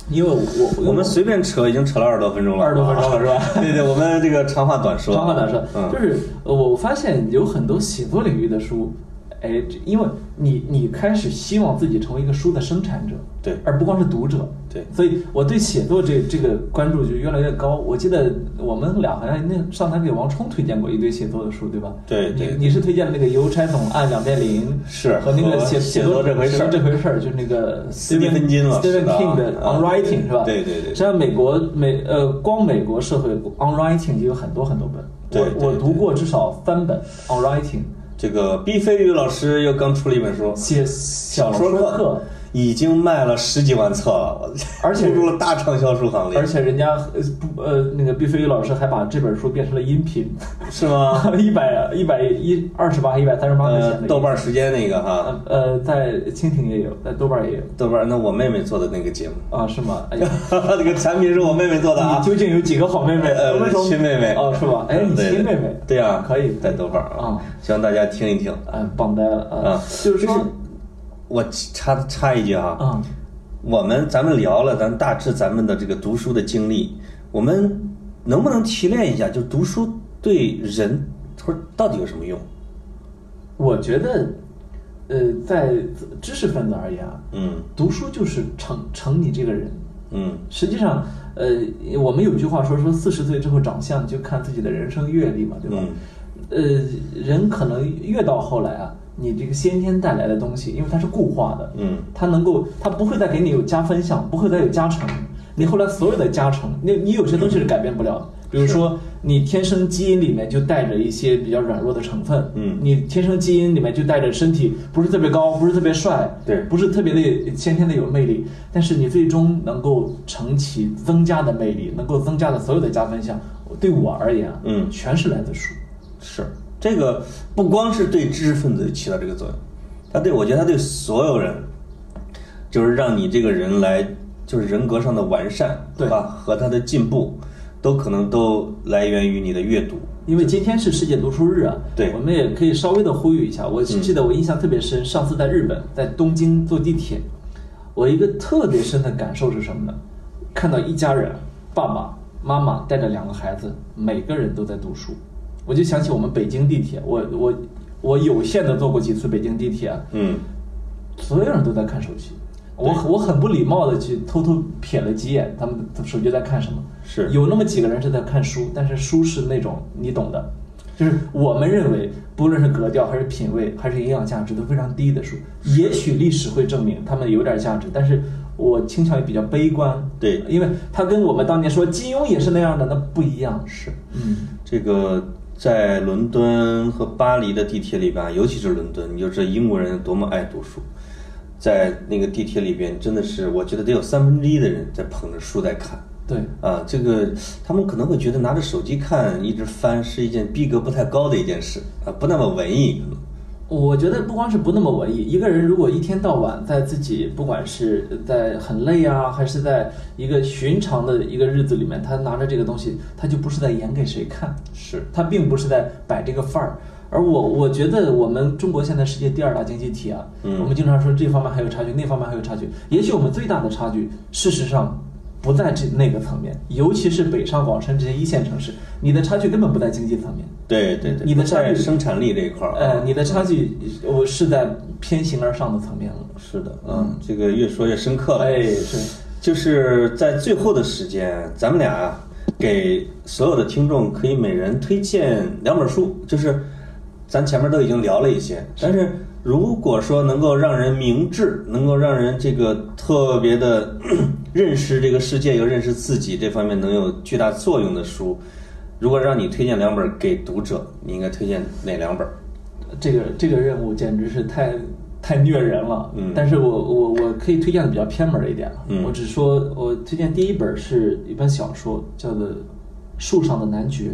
S4: 因为我
S3: 我们随便扯已经扯了二十多分钟了，
S4: 二十多分钟了是吧
S3: 对对，我们这个长话短说，
S4: 长话短说，
S3: 嗯
S4: 就，是呃我发现有很多写作领域的书，哎，这因为你你开始希望自己成为一个书的生产者，
S3: 对
S4: 而不光是读者，
S3: 对
S4: 所以我对写作这这个关注就越来越高。我记得我们俩好像那上台给王冲推荐过一堆写作的书，对吧？
S3: 对对对
S4: 你你是推荐了那个《邮差总按两变零》
S3: 是
S4: 和那个
S3: 和
S4: 写
S3: 写
S4: 作
S3: 作这回事儿
S4: 这回事儿就是那个
S3: 斯蒂芬金老师
S4: Stephen
S3: 的啊
S4: King 的《
S3: 啊
S4: On Writing》是吧？
S3: 对对对
S4: 实际上美国美呃，光美国社会《On Writing》就有很多很多本，
S3: 对对
S4: 我我
S3: 对
S4: 读过至少三本《On Writing》。
S3: 这个毕飞宇老师又刚出了一本书，
S4: 写小
S3: 说
S4: 课，
S3: 课已经卖了十几万册了，我
S4: 而且
S3: 进入了大畅销书行列，
S4: 而且人家呃不呃那个毕飞宇老师还把这本书变成了音频， <laughs>
S3: 是吗？
S4: 一百一百一二十八一百三十八块
S3: 呃
S4: 钱的，
S3: 豆瓣儿时间那个哈，
S4: 呃呃在蜻蜓也有，在豆瓣也有
S3: 豆瓣儿那我妹妹做的那个节目，
S4: 啊是吗？
S3: <laughs>
S4: 哎呀，
S3: 这个产品是我妹妹做的啊
S4: 你，究竟有几个好妹妹？
S3: 呃
S4: 为什么
S3: 亲妹妹
S4: 哦是吧？哎你
S3: 对
S4: 亲妹妹
S3: 对呀，
S4: 可以
S3: 在豆瓣儿
S4: 啊
S3: 啊，希望大家听一听
S4: 嗯棒呆了
S3: 啊
S4: 啊，，就是说
S3: 我插插一句哈，
S4: 啊
S3: 我们咱们聊了，咱大致咱们的这个读书的经历，我们能不能提炼一下，就读书对人或者到底有什么用？
S4: 我觉得呃在知识分子而言啊，
S3: 嗯
S4: 读书就是成成你这个人。
S3: 嗯，
S4: 实际上，呃，我们有句话说，说四十岁之后长相就看自己的人生阅历嘛，对吧？
S3: 嗯
S4: 呃，人可能越到后来啊，你这个先天带来的东西，因为它是固化的，
S3: 嗯
S4: 它能够，它不会再给你有加分项，不会再有加成。你后来所有的加成，你你有些东西是改变不了的，比如说你天生基因里面就带着一些比较软弱的成分，
S3: 嗯
S4: 你天生基因里面就带着身体不是特别高，不是特别帅，
S3: 对
S4: 不是特别的先天的有魅力，但是你最终能够成其增加的魅力，能够增加的所有的加分项，对我而言啊，
S3: 嗯
S4: 全是来自书。
S3: 是这个不光是对知识分子起到这个作用，他对我觉得他对所有人，就是让你这个人来，就是人格上的完善，
S4: 对
S3: 吧？和他的进步，都可能都来源于你的阅读。
S4: 因为今天是世界读书日啊，
S3: 对
S4: 我们也可以稍微的呼吁一下。我记得我印象特别深，上次在日本，在东京坐地铁，我一个特别深的感受是什么呢？看到一家人，爸爸妈妈带着两个孩子，每个人都在读书，我就想起我们北京地铁，我我我有限的坐过几次北京地铁啊，
S3: 嗯，
S4: 所有人都在看手机。我我很不礼貌的去偷偷瞥了几眼，他们的手机在看什么？
S3: 是
S4: 有那么几个人是在看书，但是书是那种你懂的，就是我们认为不论是格调还是品味还是营养价值都非常低的书。也许历史会证明他们有点价值，但是我倾向于比较悲观。
S3: 对
S4: 因为他跟我们当年说金庸也是那样的，那不一样。
S3: 是。
S4: 嗯，
S3: 这个在伦敦和巴黎的地铁里边，尤其是伦敦，你就知道英国人多么爱读书。在那个地铁里边，真的是我觉得得有三分之一的人在捧着书在看。
S4: 对，
S3: 啊，这个他们可能会觉得拿着手机看一直翻是一件逼格不太高的一件事啊，不那么文艺。
S4: 我觉得不光是不那么文艺，一个人如果一天到晚在自己不管是在很累啊，还是在一个寻常的一个日子里面，他拿着这个东西，他就不是在演给谁看，
S3: 是
S4: 他并不是在摆这个范儿。而我，我觉得我们中国现在世界第二大经济体啊，
S3: 嗯
S4: 我们经常说这方面还有差距，那方面还有差距。也许我们最大的差距，事实上不在这那个层面，尤其是北上广深这些一线城市，你的差距根本不在经济层面，
S3: 对对对，
S4: 你的
S3: 不在
S4: 差距
S3: 生产力这一块儿、啊，
S4: 呃，你的差距，我是在偏行而上的层面了。
S3: 是的，嗯，这个越说越深刻了。
S4: 哎，是，
S3: 就是在最后的时间，咱们俩给所有的听众可以每人推荐两本书，就是咱前面都已经聊了一些，但是如果说能够让人明智，能够让人这个特别的认识这个世界，又认识自己这方面能有巨大作用的书，如果让你推荐两本给读者，你应该推荐哪两本？
S4: 这个这个任务简直是太太虐人了。
S3: 嗯
S4: 但是我我我可以推荐的比较偏门一点了。
S3: 嗯
S4: 我只说我推荐第一本是一本小说，叫做《树上的男爵》。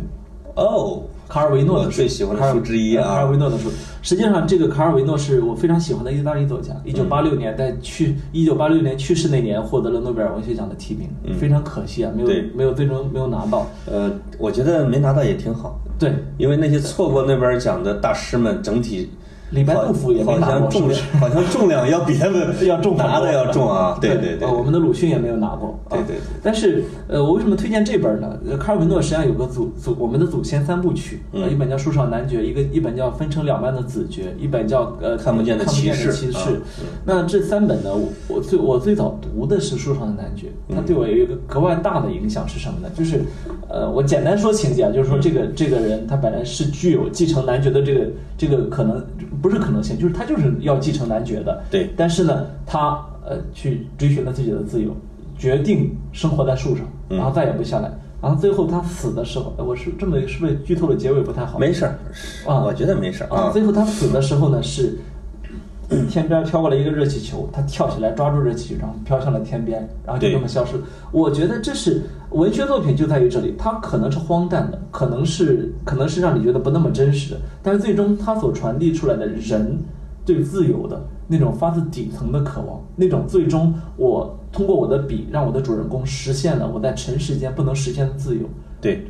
S3: 哦，
S4: 卡尔维诺的
S3: 我
S4: 书
S3: 最喜欢
S4: 卡
S3: 的
S4: 尔呃
S3: 书之一
S4: 卡尔
S3: 啊
S4: 维，诺的书，实际上这个卡尔维诺是我非常喜欢的意大利作家。
S3: 嗯
S4: 一九八六年在去一九八六年去世那年获得了诺贝尔文学奖的提名，
S3: 嗯
S4: 非常可惜啊，没有
S3: 对
S4: 没有最终没有拿到。
S3: 呃，我觉得没拿到也挺好。
S4: 对，
S3: 因为那些错过诺贝尔奖的大师们，整体
S4: 李白杜甫也没
S3: 好
S4: 拿
S3: 像
S4: 过，是
S3: 重
S4: 不是
S3: 量？ <laughs> 好像重量要比他们
S4: <laughs> 要重很多
S3: 拿的要重啊，对对对，
S4: 呃我们的鲁迅也没有拿过，啊
S3: 对对对
S4: 但是呃，我为什么推荐这本呢？呃卡尔维诺实际上有个祖祖我们的祖先三部曲，
S3: 嗯
S4: 呃一本叫《树上男爵》，一个一本叫《分成两半的子爵》，一本叫呃
S3: 看不见的骑
S4: 骑
S3: 士
S4: 士
S3: 啊嗯
S4: 那这三本呢，我我最我最早读的是《树上的男爵》，
S3: 嗯
S4: 它对我有一个格外大的影响是什么呢？就是呃，我简单说情节啊，就是说这个
S3: 嗯
S4: 这个人他本来是具有继承男爵的这个这个可能不是可能性，就是他就是要继承男爵的，
S3: 对
S4: 但是呢，他呃去追寻了自己的自由，决定生活在树上，
S3: 嗯
S4: 然后再也不下来。然后最后他死的时候，呃我是这么是不是剧透了结尾不太好？
S3: 没事儿，
S4: 啊
S3: 我觉得没事儿
S4: 啊，
S3: 啊，
S4: 最后他死的时候呢，是天边飘过来一个热气球，他跳起来抓住热气球，然后飘向了天边，然后就
S3: 对
S4: 这么消失。我觉得这是文学作品就在于这里，它可能是荒诞的，可能是可能是让你觉得不那么真实的，但是最终它所传递出来的人对自由的那种发自底层的渴望，那种最终我通过我的笔让我的主人公实现了我在尘世间不能实现的自由。
S3: 对，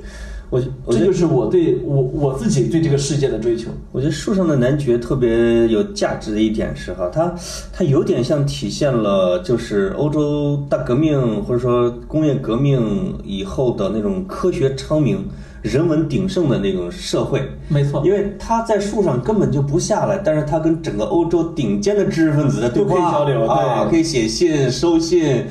S3: 我我觉得
S4: 这就是我对我我自己对这个世界的追求。
S3: 我觉得树上的男爵特别有价值的一点是哈，它它有点像体现了就是欧洲大革命或者说工业革命以后的那种科学昌明、人文鼎盛的那种社会。
S4: 没错，
S3: 因为他在树上根本就不下来，但是他跟整个欧洲顶尖的知识分子在对话，
S4: 都可以交流
S3: 啊，
S4: 对
S3: 可以写信、收信，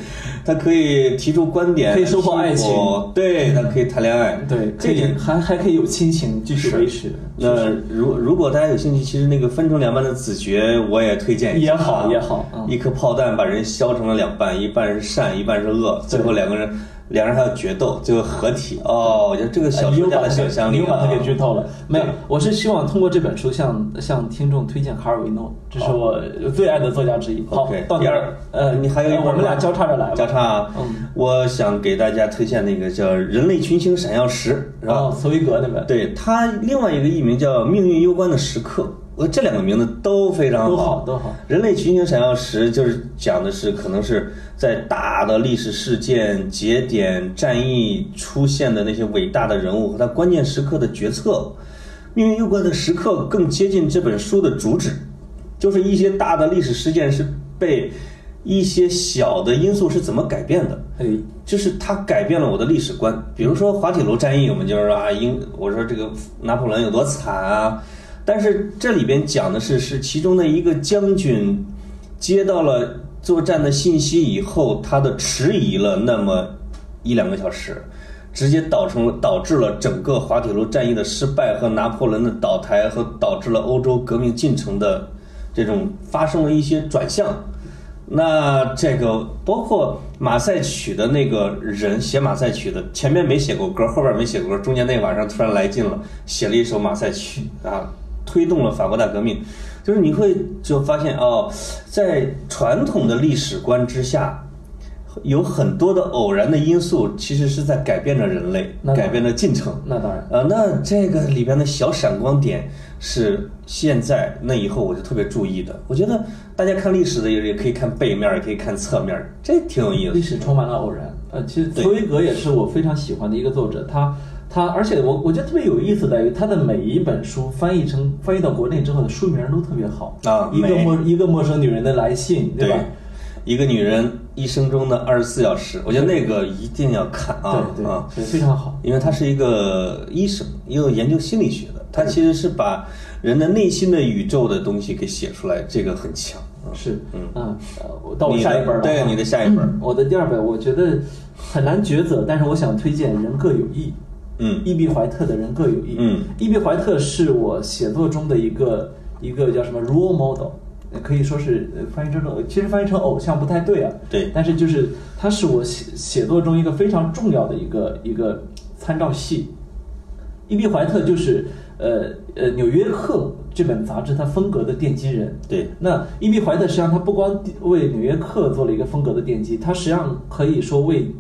S3: 他可以提出观点，
S4: 可以收获爱情嗯
S3: 批驳对他可以谈恋爱，
S4: 对，
S3: 这
S4: 这
S3: 点
S4: 点还还可以有亲情继续维持。
S3: 那如如果大家有兴趣，其实那个分成两半的子爵我也推荐一下
S4: 也好
S3: 啊
S4: 也好嗯
S3: 一颗炮弹把人削成了两半，一半是善，一半是恶，最后两个人两人还要决斗，最后合体。哦，我觉得这个小
S4: 呃哎你
S3: 说
S4: 又
S3: 家
S4: 把它
S3: 的
S4: 给
S3: 想象
S4: 你
S3: 力啊
S4: 又把它给剧透了。没有
S3: 对，
S4: 我是希望通过这本书向向听众推荐卡尔维诺，这是我最爱的作家之一。好
S3: OK，，
S4: 到你
S3: 第
S4: 这
S3: 二
S4: 儿，呃，
S3: 你还有一
S4: 呃
S3: 本
S4: 我们俩
S3: 吗
S4: 交叉着来吧。
S3: 交叉啊。
S4: 嗯
S3: 我想给大家推荐那个叫《人类群星闪耀时》，是吧？
S4: 哦，茨威格那本，
S3: 啊对他另外一个艺名叫《命运攸关的时刻》，我这两个名字都非常
S4: 都
S3: 好
S4: 好，都好。
S3: 人类群星闪耀时就是讲的是，可能是在大的历史事件、节点、战役出现的那些伟大的人物和他关键时刻的决策。命运攸关的时刻更接近这本书的主旨，就是一些大的历史事件是被一些小的因素是怎么改变的。
S4: 哎，
S3: 就是它改变了我的历史观。比如说滑铁卢战役，我们就是说啊，英，我说这个拿破仑有多惨啊，但是这里边讲的是是其中的一个将军接到了作战的信息以后，他的迟疑了那么一两个小时。直接导成了导致了整个滑铁卢战役的失败和拿破仑的倒台，和导致了欧洲革命进程的这种发生了一些转向。那这个包括马赛曲的那个人写马赛曲的，前面没写过歌，后边没写过歌，中间那晚上突然来劲了，写了一首马赛曲啊，推动了法国大革命。就是你会就发现哦，在传统的历史观之下，有很多的偶然的因素，其实是在改变着人类
S4: 那，
S3: 改变着进程。
S4: 那当然。
S3: 呃，那这个里边的小闪光点是现在那以后我就特别注意的。我觉得大家看历史的也也可以看背面儿，也可以看侧面儿，这挺有意
S4: 历
S3: 思。
S4: 史充满了偶然。呃，其实
S3: 对
S4: 茨威格也是我非常喜欢的一个作者，他他，而且我我觉得特别有意思在于他的每一本书翻译成翻译到国内之后的书名都特别好
S3: 啊
S4: 一个
S3: 美
S4: 陌一个陌生女人的来信，
S3: 对
S4: 吧？
S3: 一个女人一生中的二十四小时，我觉得那个一定要看啊
S4: 对
S3: 啊！
S4: 对，非常好。
S3: 因为他是一个医生，也有研究心理学的，他其实是把人的内心的宇宙的东西给写出来，这个很强。嗯
S4: 是，
S3: 嗯
S4: 嗯，呃，我到我
S3: 你
S4: 下
S3: 的
S4: 一本了。啊嗯
S3: 对你的下一本儿，
S4: 我的第二本，我觉得很难抉择，但是我想推荐《人各有异》。
S3: 嗯
S4: 伊比怀特的人各有异。
S3: 嗯
S4: 伊比怀特是我写作中的一个一个叫什么 role model，呃可以说是呃翻译成偶其实翻译成偶像不太对啊。
S3: 对
S4: 但是就是他是我写写作中一个非常重要的一个一个参照系。伊比怀特就是呃呃《纽约客》这本杂志它风格的奠基人。
S3: 对
S4: 那伊比怀特实际上他不光为《纽约客》做了一个风格的奠基，他实际上可以说为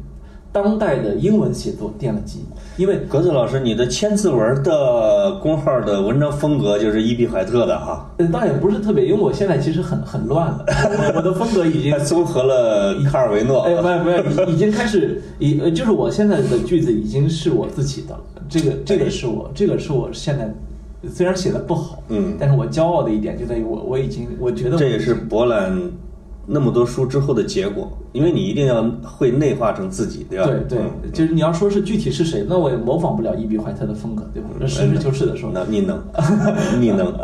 S4: 当代的英文写作奠了基，因为
S3: 格子老师，你的千字文的公号的文章风格就是伊比怀特的哈，
S4: 呃，倒也不是特别，因为我现在其实很很乱了，我我的风格已经
S3: 还，综合了卡尔维诺。
S4: 哎，不是不是，已已经开始，已呃，就是我现在的句子已经是我自己的了，这个这个是我，这个是我现在虽然写的不好，
S3: 嗯
S4: 但是我骄傲的一点就在于我我已经我觉得我
S3: 这也
S4: 已
S3: 是
S4: 经
S3: 博览那么多书之后的结果，因为你一定要会内化成自己，对吧？
S4: 对对，
S3: 嗯
S4: 就是你要说是具体是谁，那我也模仿不了伊比怀特的风格，对吧？那实事求是的说，
S3: 嗯那你能， <laughs> 你能，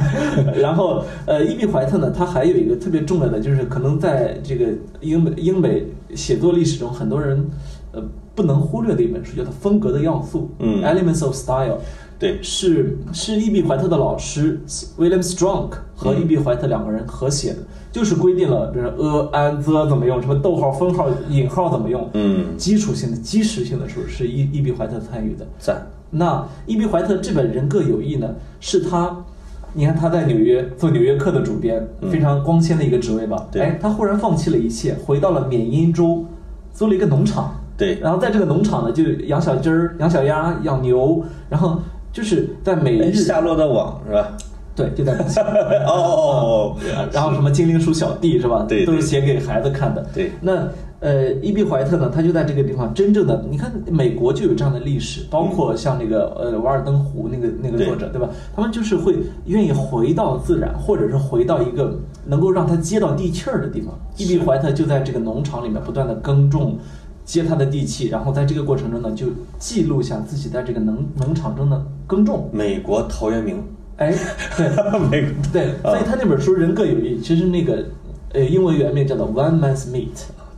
S4: <laughs> 然后呃，伊比怀特呢，他还有一个特别重要的，就是可能在这个英美英美写作历史中，很多人呃不能忽略的一本书，叫做《风格的要素》
S3: 嗯
S4: Elements of Style）。
S3: 对
S4: 是是伊比怀特的老师 William Strunk
S3: 嗯
S4: 和伊比怀特两个人合写的，就是规定了，比如说 a、an、the 怎么用，什么逗号、分号、引号怎么用，
S3: 嗯
S4: 基础性的、基石性的书是伊伊比怀特参与的。
S3: 赞，
S4: 那伊比怀特这本《人各有异》呢，是他，你看他在纽约做《纽约客》的主编，非常光鲜的一个职位吧？
S3: 嗯对
S4: 哎，他忽然放弃了一切，回到了缅因州，租了一个农场。
S3: 对
S4: 然后在这个农场呢，就养小鸡儿、养小鸭、养牛，然后就是在每
S3: 哎
S4: 日
S3: 夏洛的网是
S4: <laughs>
S3: 吧？
S4: 对，就在
S3: <laughs> 哦哦哦
S4: 啊然后什么精灵鼠小弟是吧？
S3: 对对
S4: 都是写给孩子看的。
S3: 对
S4: 那呃，伊比怀特呢，他就在这个地方真正的，你看美国就有这样的历史，包括像那个呃《瓦尔登湖》那个那个
S3: 嗯对
S4: 作者对吧？他们就是会愿意回到自然，或者是回到一个能够让他接到地气儿的地方。伊比怀特就在这个农场里面不断的耕种。接他的地气，然后在这个过程中呢，就记录下自己在这个农农场中的耕种。
S3: 哦，美国陶渊
S4: <laughs>
S3: 明，
S4: 哎，对，
S3: 美国
S4: 对，所以他那本书《人各有异》，其实那个呃英文原名叫做《One Man's Meat》，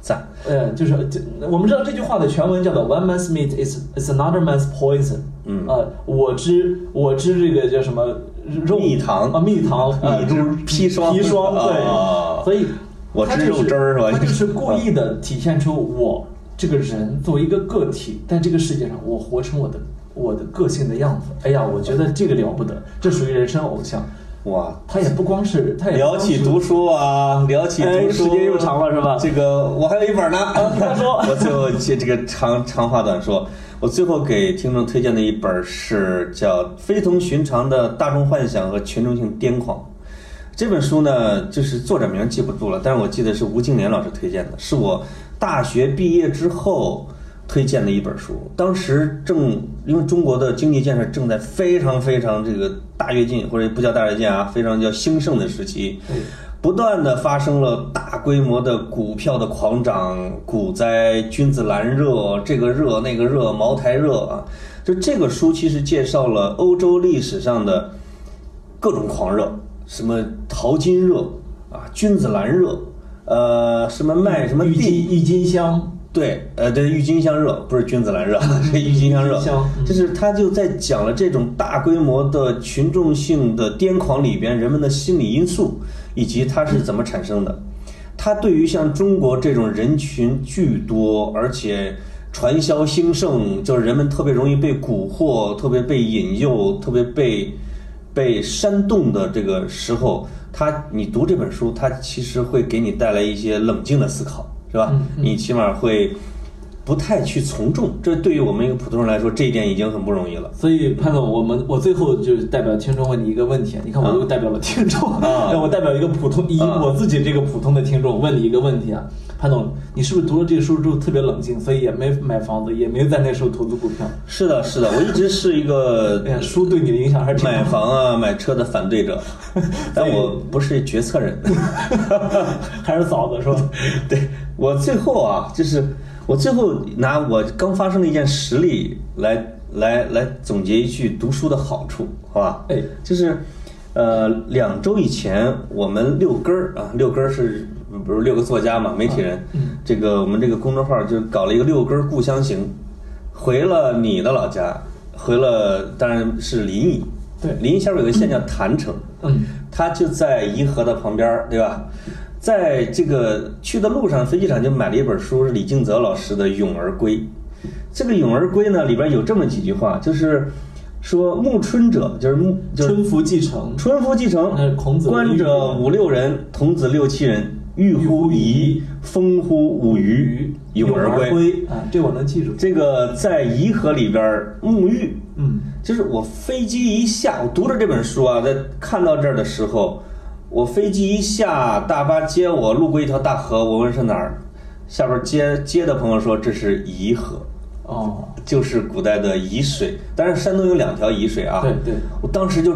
S3: 赞，
S4: 呃，就是这我们知道这句话的全文叫做 “One man's meat is is another man's poison”。
S3: 嗯
S4: 呃，我知我知这个叫什么肉
S3: 蜜糖
S4: 啊，蜜糖，呃
S3: 你知
S4: 如
S3: 砒霜
S4: 砒霜对，
S3: 啊
S4: 所以
S3: 我
S4: 他
S3: 知
S4: 就是
S3: 肉汁儿是吧
S4: 他
S3: <laughs>
S4: 就是故意的体现出我这个人作为一个个体，在这个世界上，我活成我的我的个性的样子。哎呀，我觉得这个了不得，这属于人生偶像。
S3: 哇！
S4: 他也不光是他也不
S3: 聊
S4: 光是
S3: 起读书啊，聊起
S4: 哎
S3: 读书，
S4: 时间又长了是吧啊
S3: 这个我还有一本呢。
S4: 快说
S3: 我最后这这个长长话短说，我最后给听众推荐的一本是叫《非同寻常的大众幻想和群众性癫狂》。这本书呢，就是作者名记不住了，但是我记得是吴敬琏老师推荐的，是我大学毕业之后推荐的一本书。当时正因为中国的经济建设正在非常非常这个大跃进，或者不叫大跃进啊，非常叫兴盛的时期，不断的发生了大规模的股票的狂涨、股灾、君子兰热，这个热那个热、茅台热啊。就这个书其实介绍了欧洲历史上的各种狂热，什么淘金热啊、君子兰热，呃，什么卖什么
S4: 郁
S3: 地
S4: 金郁金香，
S3: 对，呃，这郁金香热不是君子兰
S4: <laughs>
S3: 热，是郁金香热
S4: 郁金香，嗯
S3: 就是他就在讲了这种大规模的群众性的癫狂里边人们的心理因素，以及它是怎么产生的。它对于像中国这种人群巨多，而且传销兴盛，就是人们特别容易被蛊惑，特别被引诱，特别被被煽动的这个时候，他你读这本书，它其实会给你带来一些冷静的思考，是吧？你起码会不太去从众，这对于我们一个普通人来说，这一点已经很不容易了。
S4: 所以潘总，我们我最后就代表听众问你一个问题，你看我
S3: 啊
S4: 又代表了听众，
S3: 啊
S4: <laughs> 让我代表一个普通以
S3: 啊
S4: 我自己这个普通的听众问你一个问题啊，潘总，你是不是读了这个书之后特别冷静，所以也没买房子，也没在那时候投资股票？
S3: 是的，是的，我一直是一个
S4: <laughs> 哎呀，书对你的影响还是挺大
S3: 买
S4: 的。
S3: 房啊、买车的反对者，但我不是决策人。
S4: <laughs> 还是嫂子是吧？
S3: <laughs> 对我最后啊，就是我最后拿我刚发生的一件实例来来来总结一句读书的好处，好吧？
S4: 哎
S3: 就是呃，两周以前我们六根儿啊，六根儿是不是六个作家嘛，媒体
S4: 啊
S3: 人，
S4: 嗯
S3: 这个我们这个公众号就搞了一个六根儿故乡行，回了你的老家，回了当然是临沂，
S4: 对
S3: 临沂下边有个县叫郯城，
S4: 嗯，
S3: 它就在颐和的旁边儿，对吧？在这个去的路上，飞机场就买了一本书，是李敬泽老师的《咏而归》。这个《咏而归》呢，里边有这么几句话，就是说“暮春者”，就是暮，就是
S4: 春服继承，
S3: 春夫继承
S4: 那是孔子的
S3: 观者五六人，童子六七人，欲乎夷，风乎舞于，咏而
S4: 而
S3: 归。
S4: 啊，这我能记住。
S3: 这个在颐和里边儿沐浴，
S4: 嗯，
S3: 就是我飞机一下，我读着这本书啊，在看到这儿的时候，我飞机一下，大巴接我，路过一条大河，我问是哪儿，下边接接的朋友说这是颐和，
S4: 哦，
S3: 就是古代的沂水，但是山东有两条沂水啊。
S4: 对对，
S3: 我当时就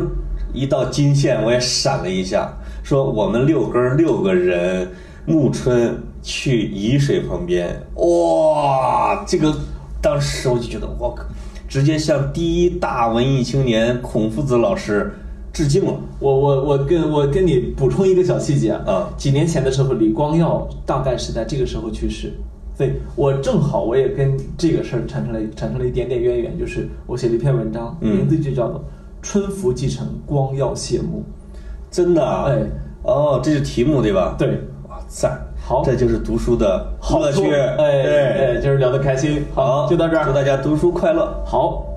S3: 一到金县，我也闪了一下，说我们六根儿六个人暮春去沂水旁边，哇，这个当时我就觉得我靠直接向第一大文艺青年孔夫子老师致敬了。
S4: 我我我跟我跟你补充一个小细节
S3: 啊
S4: 几年前的时候，李光耀大概是在这个时候去世，所以我正好我也跟这个事儿产生了产生了一点点渊源，就是我写了一篇文章，
S3: 嗯
S4: 名字就叫做《春服继承，光耀谢幕
S3: 真的啊？
S4: 哎
S3: 哦，这是题目对吧？》。，
S4: 对，
S3: 哇赞，
S4: 好
S3: 这就是读书的
S4: 好
S3: 乐
S4: 处
S3: 趣。
S4: 哎
S3: 对
S4: 哎，今儿聊得开心，
S3: 好，
S4: 就到这
S3: 祝
S4: 儿，
S3: 大家读书快乐。
S4: 好。